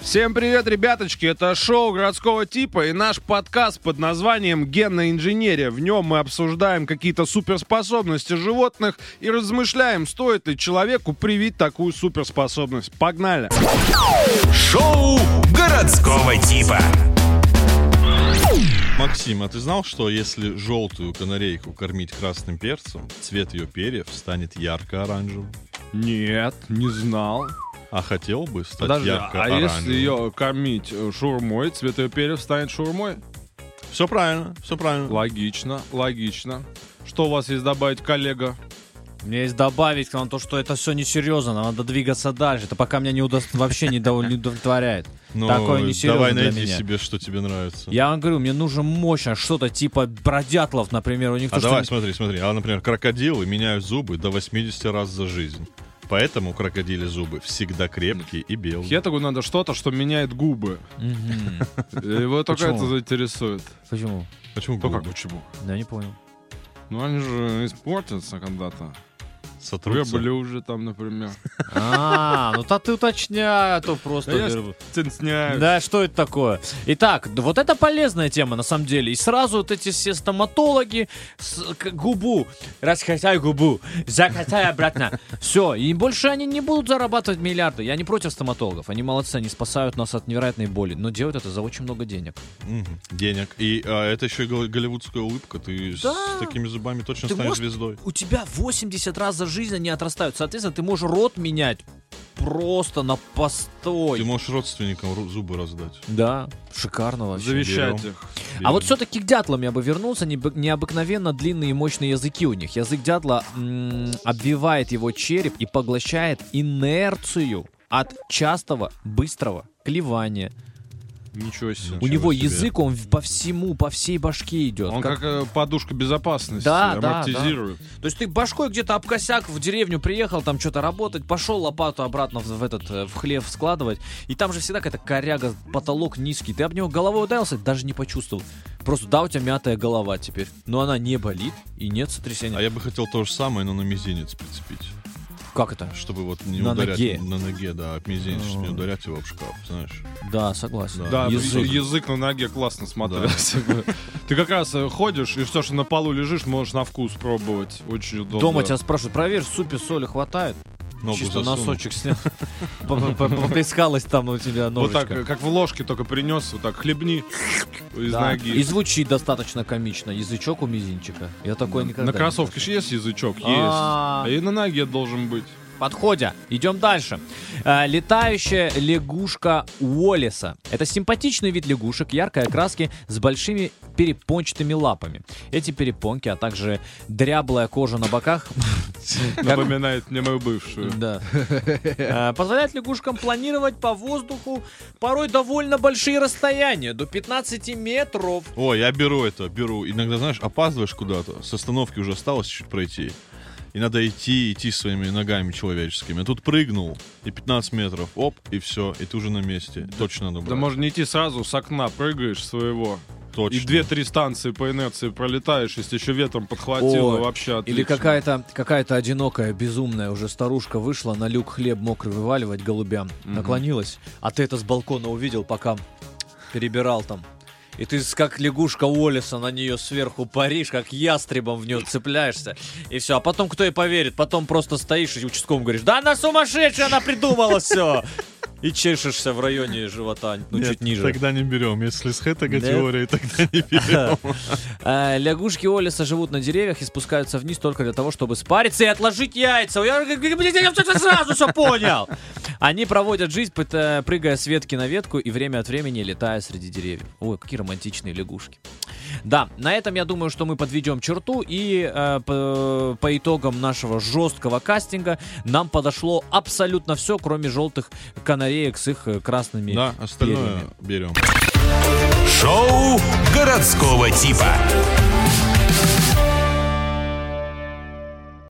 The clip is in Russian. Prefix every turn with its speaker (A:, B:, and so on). A: Всем привет, ребяточки! Это шоу городского типа и наш подкаст под названием «Генная инженерия». В нем мы обсуждаем какие-то суперспособности животных и размышляем, стоит ли человеку привить такую суперспособность. Погнали!
B: Шоу городского типа.
C: Максим, а ты знал, что если желтую канарейку кормить красным перцем, цвет ее перьев станет ярко-оранжевым?
A: Нет, не знал.
C: А хотел бы стать
A: Подожди, а
C: ярко-оранжевым?
A: если ее кормить э, шаурмой, цвет ее перьев станет шаурмой?
C: Все правильно, все правильно.
A: Логично, логично. Что у вас есть добавить, коллега?
D: Мне есть добавить к нам то, что это все несерьезно, нам надо двигаться дальше. Это пока меня не удос- вообще не дов- не удовлетворяет.
C: Ну,
D: Такое несерьезно
C: давай
D: для
C: найди
D: меня.
C: себе, что тебе нравится.
D: Я вам говорю, мне нужно мощно что-то типа бродятлов, например, у них
C: А
D: то,
C: давай,
D: что...
C: смотри, смотри. А, например, крокодилы меняют зубы до 80 раз за жизнь. Поэтому крокодили зубы всегда крепкие и белые.
A: Хетагу надо что-то, что меняет губы. Э,
D: Мгм.
A: Его только
D: Почему?
A: это заинтересует.
D: Почему?
C: Почему
A: Кто
C: губы?
A: как почему?
D: Я не понял.
A: Ну они же испортятся когда-то.
C: Сотрутся?
A: Выблю уже там, например.
D: А, ну то ты уточняй, а то просто...
A: Да я ж
D: говорю.
A: Цинцняют.
D: Да, что это такое? Итак, д- вот это полезная тема на самом деле. И сразу вот эти все стоматологи с- к- губу, расхотай губу, захотай обратно. Все, и больше они не будут зарабатывать миллиарды. Я не против стоматологов, они молодцы, они спасают нас от невероятной боли, но делают это за очень много денег.
C: Мгм. Денег. И а, это еще и гол- голливудская улыбка. Ты
D: Да.
C: с такими зубами точно
D: Ты
C: станешь
D: можешь-
C: звездой.
D: У тебя 80 раз за жизнь они отрастают, соответственно, ты можешь рот менять просто на
C: Ты
D: постой.
C: можешь родственникам ру- зубы раздать.
D: Да, шикарно вообще.
A: Завещать
C: берем.
A: их.
D: А вот все-таки к дятлам я бы вернулся, небы- необыкновенно длинные и мощные языки у них. Язык дятла м, обвивает его череп и поглощает инерцию от частого быстрого клевания.
A: Ничего себе.
C: Ничего
D: у него
C: себе.
D: язык, он в- по всему, по всей башке идет.
A: Он как э, подушка безопасности.
D: Да, да,
A: амортизирует.
D: То есть ты башкой где-то об косяк в деревню приехал, там что-то работать, пошел лопату обратно в, в этот э, в хлев складывать, и там же всегда какая-то коряга, потолок низкий. Ты об него головой ударился, даже не почувствовал. Просто да, у тебя мятая голова теперь. Но она не болит и нет сотрясения.
C: А я бы хотел то же самое, но на мизинец прицепить.
D: Как это?
C: Чтобы вот не
D: На
C: ударять
D: ноге.
C: на ноге, да, от мизинец, чтобы не
D: А.
C: ударять его об шкаф, знаешь.
D: Да, согласен.
C: Да.
A: Да, ну,
D: Язык.
A: язык. язык на ноге классно смотрелся. бы. Ты как раз э, ходишь, и все, что на полу лежишь, можешь на вкус пробовать. Очень удобно.
D: Дома тебя спрашивают, проверь, в супе соли хватает?
C: Ногу
D: Чисто
C: засунул.
D: носочек снял. По- по- Поискалась там у тебя
A: Вот так,
D: ножичка.
A: э, как в ложке только принес, вот так хлебни из
D: Да. И
A: ноги.
D: звучит достаточно комично. Язычок у мизинчика. Я такой никогда
A: На
D: не
A: кроссовке
D: слышал.
A: же есть язычок? Есть.
D: А.
A: А и на ноге должен быть.
D: Подходя. Идем дальше. Э, Летающая лягушка Уоллеса. Это симпатичный вид лягушек яркой окраски с большими перепончатыми лапами. Эти перепонки, а также дряблая кожа на боках Как-
A: Напоминает мне мою бывшую.
D: Да. Э, Позволяет лягушкам планировать по воздуху порой довольно большие расстояния, до 15 метров.
C: Ой, я беру это, беру. Иногда, знаешь, опаздываешь куда-то, с остановки уже осталось чуть пройти. И надо идти, идти своими ногами человеческими. А тут прыгнул, и 15 метров, оп, и все, и ты уже на месте. Точно надо брать.
A: Да можно не идти сразу, с окна прыгаешь своего.
C: Точно.
A: И две-три станции по инерции пролетаешь, если еще ветром подхватило,
D: Ой,
A: вообще отлично.
D: Или какая-то какая-то одинокая, безумная уже старушка вышла на люк хлеб мокрый вываливать голубям, наклонилась, а ты это с балкона увидел, пока перебирал там. И ты с- как лягушка Уоллеса на нее сверху паришь, как ястребом в нее цепляешься. И все. А потом кто и поверит? Потом просто стоишь и участковому говоришь, да она сумасшедшая, она придумала все. И чешешься в районе живота, ну
C: Нет,
D: чуть ниже.
C: Тогда не берем. Если с хэтага
D: Нет?
C: теорией, тогда не берем.
D: Э, Лягушки Олиса живут на деревьях и спускаются вниз только для того, чтобы спариться и отложить яйца. Я сразу все понял. Они проводят жизнь, пыта- прыгая с ветки на ветку и время от времени летая среди деревьев. Ой, какие романтичные лягушки. Да, на этом я думаю, что мы подведем черту. И э, по, по итогам нашего жесткого кастинга нам подошло абсолютно все, кроме желтых канареек с их э, красными.
C: Да, остальное берем.
B: Шоу городского типа.